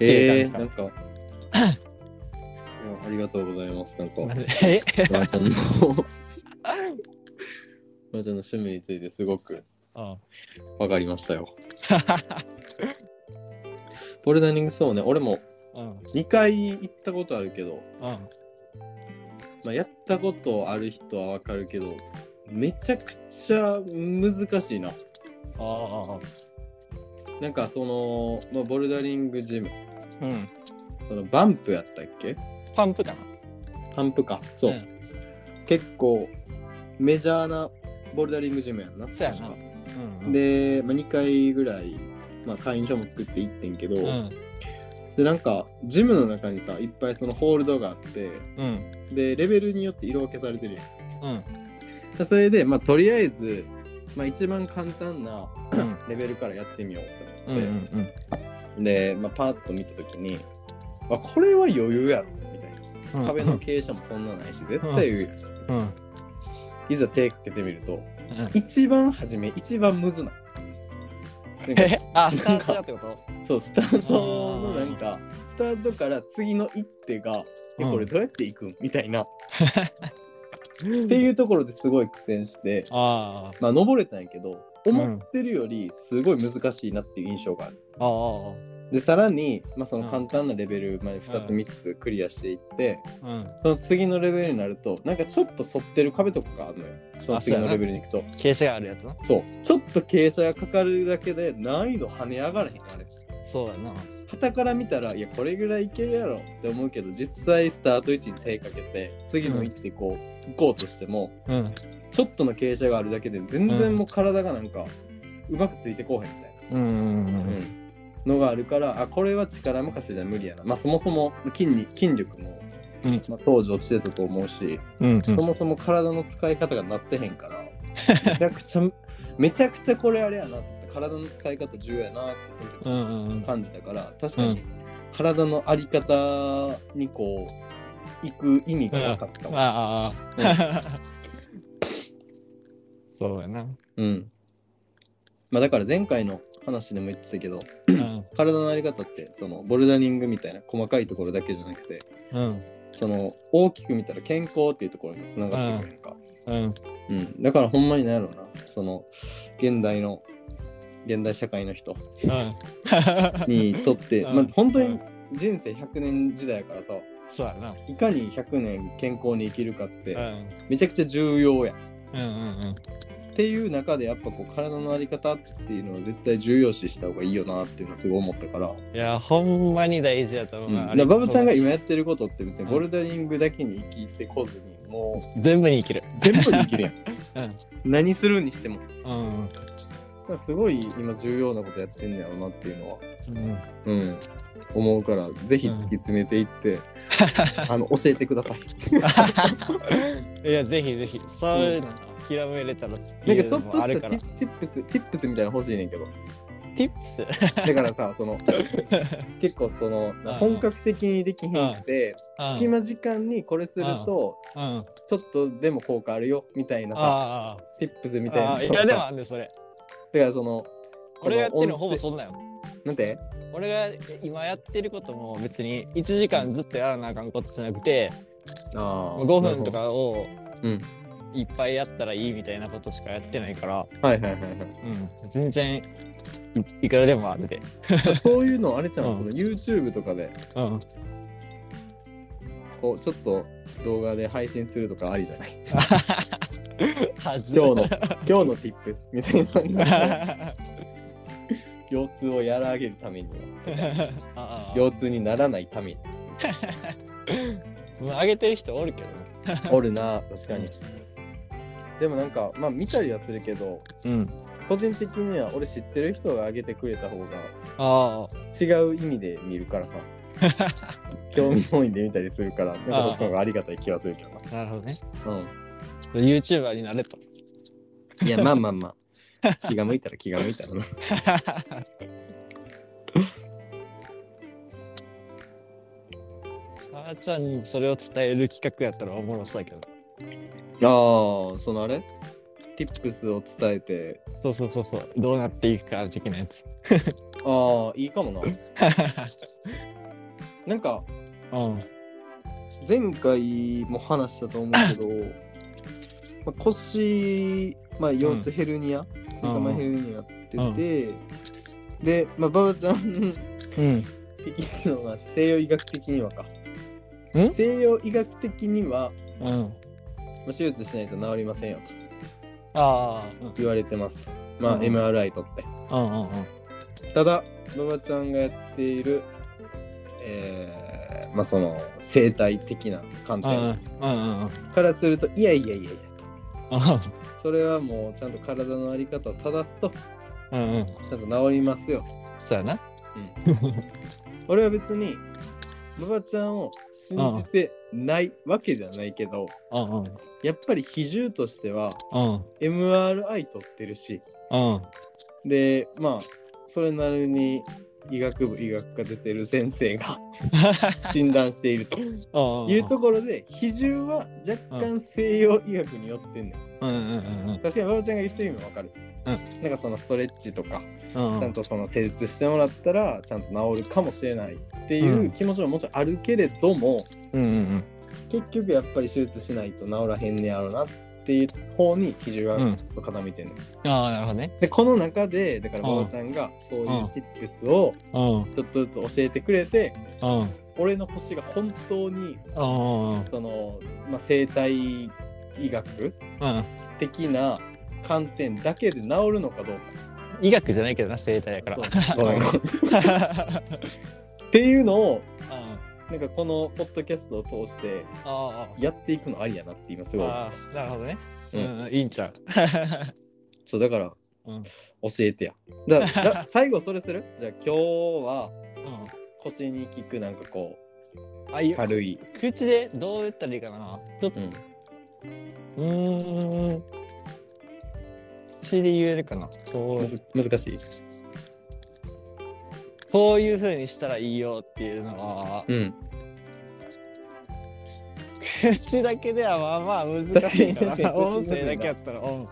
S3: え
S1: いう
S3: ー、な
S1: 感
S3: んか。いやありがとうございます。なんか、
S1: なん
S3: ば
S1: でえ
S3: あちゃんの。 ばあちゃんの趣味についてすごく
S1: うん
S3: わかりまし たよ。ボルダリングそうね、俺も
S1: うん
S3: 2回行ったことあるけど、
S1: うん
S3: まあ、やったことある人はわかるけどめちゃくちゃ難しいな
S1: ああああ
S3: なんかその、まあ、ボルダリングジム
S1: うん。
S3: そのバンプやったっけ
S1: パンプかな。
S3: パンプかそう、
S1: ん
S3: 結構メジャーなボルダリングジムやんな
S1: そうやな
S3: 確か
S1: うん。
S3: で、まあ、2回ぐらい、まあ、会員証も作って行ってんけど、
S1: うん。
S3: でなんかジムの中にさいっぱいそのホールドがあって
S1: うん。
S3: でレベルによって色分けされてるやん
S1: うん。
S3: でそれで、まあ、とりあえず、まあ、一番簡単な
S1: うん。
S3: レベルからやってみようと
S1: うん。う
S3: 思って、
S1: ん。
S3: で、まあ、パーッと見た時にあこれは余裕やろみたいな
S1: うん。
S3: 壁の傾斜もそんなないし絶対余裕やろ
S1: うん。うん。
S3: いざ手かけてみると一番初め一番むずないなんか
S1: えあ、スタートだってこと
S3: そうスタートのなんかスタートから次の一手がえ
S1: うん
S3: これどうやっていくんみたいなっていうところですごい苦戦して
S1: あ
S3: まあ登れたんやけど思ってるよりすごい難しいなっていう印象がある
S1: あ。ああ。
S3: でさらに、まあ、そ
S1: うん
S3: の簡単なレベルまで2つ
S1: うん
S3: 3つクリアしていって、
S1: うん。
S3: その次のレベルになるとなんかちょっと反ってる壁とかがあるのよその
S1: あそう
S3: 次
S1: や
S3: の
S1: な
S3: レベルに行くと
S1: 傾斜があるやつな。
S3: そうちょっと傾斜がかかるだけで難易度跳ね上がらへんあれ
S1: そうやな。
S3: 旗から見たらいやこれぐらいいけるやろって思うけど実際スタート位置に手かけて次の一手こう行こうとしても
S1: うん。
S3: ちょっとの傾斜があるだけで全然もう体がなんかうまくついてこうへんみたいな。
S1: うん。うん。
S3: のがあるからあこれは力任せじゃ無理やな、まあ、そもそも筋に筋力も、
S1: うん
S3: まあ、当時落ちてたと思うし、
S1: うん。
S3: そもそも体の使い方がなってへんから めちゃくちゃめちゃくちゃこれあれやなって体の使い方重要やなってその
S1: う
S3: 時
S1: ん。うん。
S3: 感じたから、確か
S1: うん
S3: に体のあり方にこう行く意味がなかったわ、
S1: ああ。そうやな。
S3: うんまあ、だから前回の話でも言ってたけど
S1: うん。
S3: 体のあり方ってそのボルダリングみたいな細かいところだけじゃなくて
S1: うん。
S3: その大きく見たら健康っていうところにもつながってくるやんか、
S1: うん。
S3: うんだからほんまになんやろうなその現代の現代社会の人にとって、
S1: うん
S3: まあ、本当
S1: う
S3: に人生100年時代やからさ
S1: そうやな。
S3: いかに100年健康に生きるかって
S1: うん。
S3: めちゃくちゃ重要やん
S1: うん。うん。
S3: っていう中でやっぱこう体の在り方っていうのは絶対重要視した方がいいよなっていうのはすごい思ったから、
S1: いや、ほんまに大事やと思
S3: う、
S1: うんな。あ
S3: だか
S1: れ
S3: らバブちゃんが今やってることって別に
S1: うん
S3: ボルダリングだけに生きてこずにもう
S1: 全部に生きる。
S3: 全部に生き るやん
S1: うん。
S3: 何するにしても
S1: うん。
S3: まあすごい今重要なことやってんねやろうなっていうのは、
S1: うん。
S3: うん、思うからぜひ突き詰めていって、あの教えてください
S1: いや、ぜひぜひ、そういうの諦めれたら、
S3: なんかちょっと
S1: あ
S3: し
S1: る
S3: た
S1: か
S3: テ
S1: ら。
S3: ィティップスティップスみたいなの欲しいねんけど
S1: ティップス
S3: だからさ その結構その
S1: うん
S3: 本格的にできへんくて隙
S1: うん。
S3: 間時間にこれすると
S1: あ
S3: ちょっとでも効果あるよみたいなさ
S1: あ。
S3: ティップスみたいな
S1: あ
S3: の
S1: あ。い
S3: さ
S1: や、でもあんね、それ。
S3: だからその
S1: 俺がやってるの
S3: こ
S1: ほ
S3: の
S1: ぼ
S3: 音
S1: そんなよ。
S3: なんて
S1: 俺が今やってることも別に1時間ずっとやらなあかんことじゃなくて
S3: あー
S1: 5分とかを
S3: うん
S1: いっぱいやったらいいみたいなことしかやってないから、
S3: はいはいはいはい
S1: うん、全然いいくらでもあるで。
S3: そういうのあれちゃ
S1: うん
S3: んその YouTube とかで
S1: うん、
S3: こうちょっと動画で配信するとかありじゃない
S1: はず
S3: 今日の今日の tips みた いな腰痛をやらげるために
S1: ああ
S3: 腰痛にならないために
S1: まあ上げてる人おるけどね。
S3: おるな確かにでもなんかまあ見たりはするけど
S1: うん、
S3: 個人的には俺知ってる人が上げてくれた方が
S1: あ
S3: 違う意味で見る からさ興味本位で見たりするからなんかそっちの方がありがたい気はするけど
S1: あなるほどね。
S3: なうん
S1: YouTuber になれと。
S3: いやまあまあま あ気が向いたら気が向いたら な
S1: さらちゃんにそれを伝える企画やったらおもろそうだけど。
S3: ああそのあれ tips を伝えて
S1: そうそうそうそう。どうなっていくか的なやつ。
S3: ああいいか もななんか
S1: うん。
S3: 前回も話したと思うけど まあ腰、まあ、腰痛ヘルニア椎間板ヘルニアやってて、で、まあ、馬場ちゃん
S1: うん。
S3: 的には西洋医学的にはか
S1: ん
S3: 西洋医学的には、
S1: うん。
S3: まあ、手術しないと治りませんよと
S1: ああ。
S3: 言われてますまあ、
S1: うん
S3: MRI 取って
S1: うんうんうん。
S3: ただ野間ちゃんがやっている、えーまあ、その生態的な観
S1: うんうん
S3: 点
S1: うんうん
S3: からするといやいやいやいや
S1: あ
S3: それはもうちゃんと体のあり方を正すと
S1: うんうん
S3: ちゃんと治りますよ。
S1: そうやな
S3: 俺は別に野間ちゃんを信じてないわけではないけど
S1: うんうん
S3: やっぱり比重としては
S1: うん
S3: MRI 取ってるし
S1: うん
S3: でまあそれなりに医学部医学科出てる先生が診断していると
S1: うん
S3: いうところで比重は若干西洋医学によってんねん
S1: うんうんうん
S3: 確かに馬場ちゃんが言ってる意味わかる、
S1: うん
S3: なんかそのストレッチとか
S1: うん
S3: ち
S1: う
S3: ゃ
S1: ん
S3: んとその施術してもらったらちゃんと治るかもしれないっていう気持ちももちろんあるけれども、
S1: うんうん
S3: 結局やっぱり手術しないと治らへんねやろなっていう方に比重が
S1: うん
S3: ちょっと傾いてんねん、
S1: ああなるほどね
S3: でこの中でだから
S1: うん
S3: 馬場ちゃんがそういうティップスを
S1: うん
S3: ちょっとずつ教えてくれて
S1: うん
S3: 俺の星が本当に
S1: うんうん
S3: その、まあ、生態医学
S1: うん
S3: 的な観点だけで治るのかどう
S1: 医学じゃないけどな生態やか
S3: から そうごめんっていうの
S1: う
S3: を
S1: んあ
S3: なんかこのポッドキャストを通して
S1: あ
S3: やっていくのありやなって今すごい
S1: ああなるほどね
S3: う
S1: うんんうんいいんちゃう
S3: そうだから
S1: うん
S3: 教えてやじゃあ だ最後それするじゃあ今日は
S1: う
S3: 腰に効くなんかこ
S1: んあいう
S3: 軽い、
S1: 口でどう言ったらいいかなちょっと
S3: うん、
S1: うーん口で言えるかなこ
S3: む
S1: う
S3: ず難しい
S1: こういうふうにしたらいいよっていうのは
S3: うん
S1: 口だけではまあまあ難しいか
S3: 確からに
S1: 音声だけやったらうん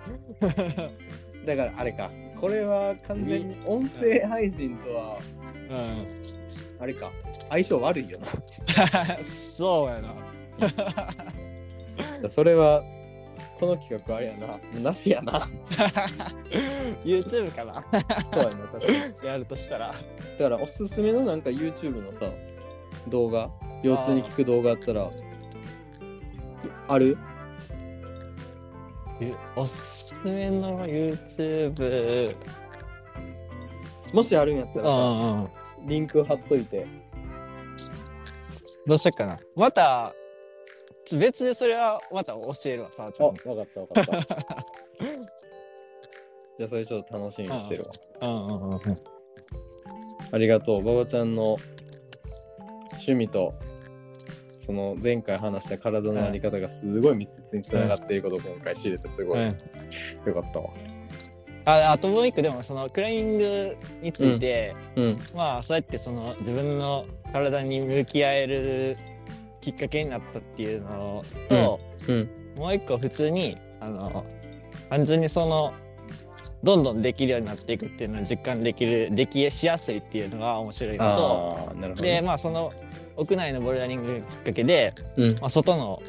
S3: だからあれかこれは完全に音声配信とは
S1: うん
S3: あれか相性悪いよな
S1: そうやな。
S3: それはこの企画あれやなもうなしやな
S1: YouTube かな
S3: そうやな確かに
S1: やるとしたら。
S3: だからおすすめのなんか YouTube のさ動画腰痛に効く動画あったらある
S1: ゆおすすめの YouTube。
S3: もしあるんやった
S1: う
S3: らさ
S1: んうん。
S3: リンク貼っといて
S1: どうしようかな。また、ち別でそれはまた教えるわ、さあち
S3: あ
S1: ゃ
S3: わかったわかった じゃあそれちょっと楽しみにしてるわ
S1: んに。うんうんうんうん。
S3: ありがとう馬場ちゃんの趣味とその前回話した体のあり方がすごい密接につながっていることを今回知れてすごい、
S1: うん
S3: よかったわ
S1: ああともう一個でもそのクライミングについて、
S3: うん
S1: まあそうやってその自分の体に向き合えるきっかけになったっていうのと、
S3: うん
S1: もう一個普通にあの単純にそのどんどんできるようになっていくっていうのを実感できるできしやすいっていうのが面白いの
S3: ああなるほ
S1: と
S3: ど
S1: で
S3: ね
S1: まあその屋内のボルダリングがきっかけで、
S3: うん
S1: まあ、外の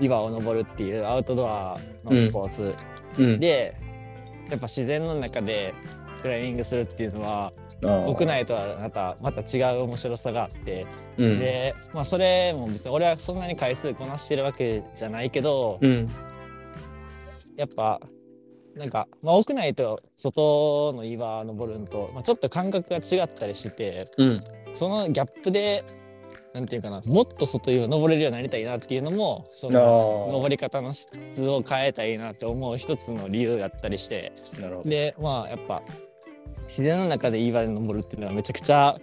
S1: 岩を登るっていうアウトドアのスポーツ
S3: うん
S1: で、やっぱ自然の中でクライミングするっていうのは
S3: あー
S1: 屋内とはまたまた違う面白さがあって、
S3: うん
S1: で、まあ、それも別に俺はそんなに回数こなしてるわけじゃないけど、
S3: うん
S1: やっぱなんか、まあ、屋内と外の岩登るのと、まあ、ちょっと感覚が違ったりしてて
S3: うん
S1: そのギャップでなんていうかなもっと外岩登れるようになりたいなっていうのもそ
S3: あ
S1: の
S3: ー
S1: 登り方の質を変えたいなって思う一つの理由だったりして。
S3: なるほど。
S1: でまあやっぱ自然の中で岩で登るっていうのはめちゃくちゃ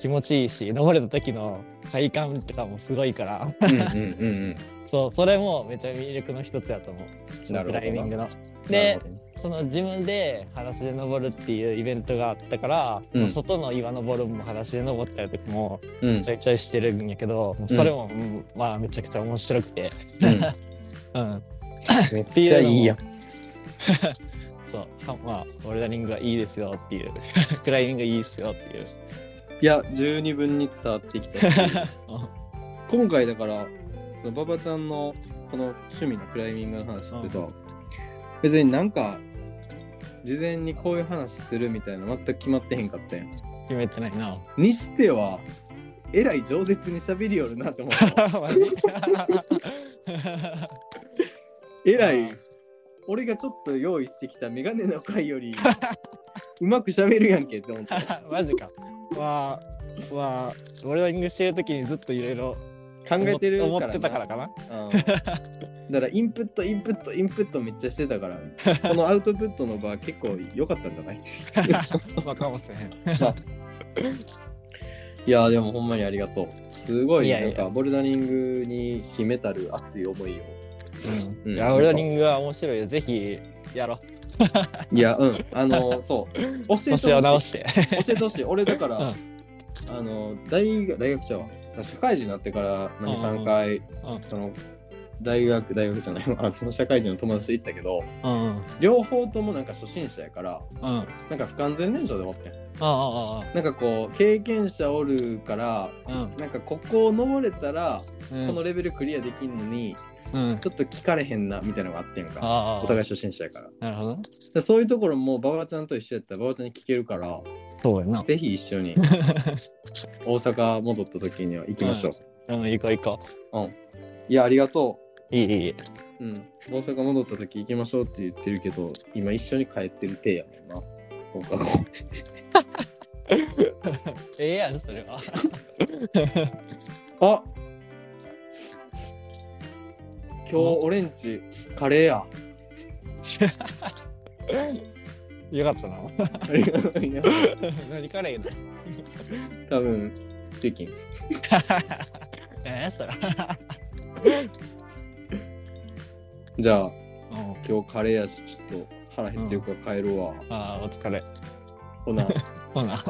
S1: 気持ちいいし登れた時の快感とかもすごいから
S3: うんうんうん
S1: そうそれもめちゃ魅力の一つやと思う
S3: うん。
S1: そのクライミングの。
S3: な
S1: で
S3: る ほどね
S1: その自分で裸足で登るっていうイベントがあったから、
S3: うん
S1: まあ外の岩登るのも裸足で登ったりとかも
S3: うん
S1: ちょいちょいしてるんやけど、それも、うんまあめちゃくちゃ面白くて、
S3: うん
S1: うん、
S3: めっちゃいいやん。
S1: そうはまあボルダリングはいいですよっていう クライミングいいですよって いう。
S3: いや、十二分に伝わってきたし
S1: うん
S3: 今回だから、その馬場ちゃんのこの趣味のクライミングの話ってさ、別になんか、事前にこういう話するみたいな全く決まってへんかったやん。
S1: 決めてないな。
S3: にしては、えらい饒舌に喋りよるなと思 った。
S1: マジ
S3: えらい、俺がちょっと用意してきたメガネの回より、うまく喋るやんけって思った
S1: マジか。わあ、わあ、ボルダリングしてる時にずっといろいろ
S3: 考えてるからな
S1: 思ってたからかな。
S3: うんだからインプットインプットインプットめっちゃしてた からこのアウトプットの場結構良かったんじゃない
S1: わかもせん。
S3: いやでもほんまにありがとうすごい
S1: いやいや
S3: なんかボルダリングに秘めたる熱い思いを
S1: う
S3: うん
S1: ん、いやボルダリングは面白いよ。ぜひやろう。
S3: いやうんあの そう教えてほしい
S1: 腰を直して。
S3: 教えてほしい俺だから、
S1: うん
S3: あの大学大学ちゃうわ社会人になってから
S1: うんうんうん
S3: 23回、
S1: うん
S3: その大学大学じゃないわ その社会人の友達と行ったけど
S1: うんうん。うん。
S3: 両方ともなんか初心者やから
S1: あ
S3: なんか不完全燃焼で思ってん
S1: あああ。
S3: なんかこう経験者おるから
S1: うん。
S3: なんかここを登れたら
S1: うん
S3: このレベルクリアできんのに、
S1: うん。
S3: ちょっと聞かれへんなみたいなのがあってんか
S1: あ
S3: お互い初心者やから
S1: あ。なるほど。
S3: でそういうところも馬場ちゃんと一緒やったら馬場ちゃんに聞けるから
S1: そうやな。
S3: ぜひ一緒に大阪戻った時には行きましょう、
S1: うん、行こう行こ
S3: いやありがと
S1: う。いいいいいい。
S3: う、うん、大阪戻った時行きましょうって言ってるけど今一緒に帰ってる手やもんな放課後
S1: ええやん、それは。
S3: あ今日俺んちカレーや
S1: よかったな。
S3: ありがとうね
S1: 何から言うの
S3: 多分チキン
S1: 何やそれ。
S3: じゃあ
S1: うん
S3: 今日カレーやしちょっと腹減ってるから帰るわ、
S1: ああ、お疲れ。
S3: ほな
S1: ほな。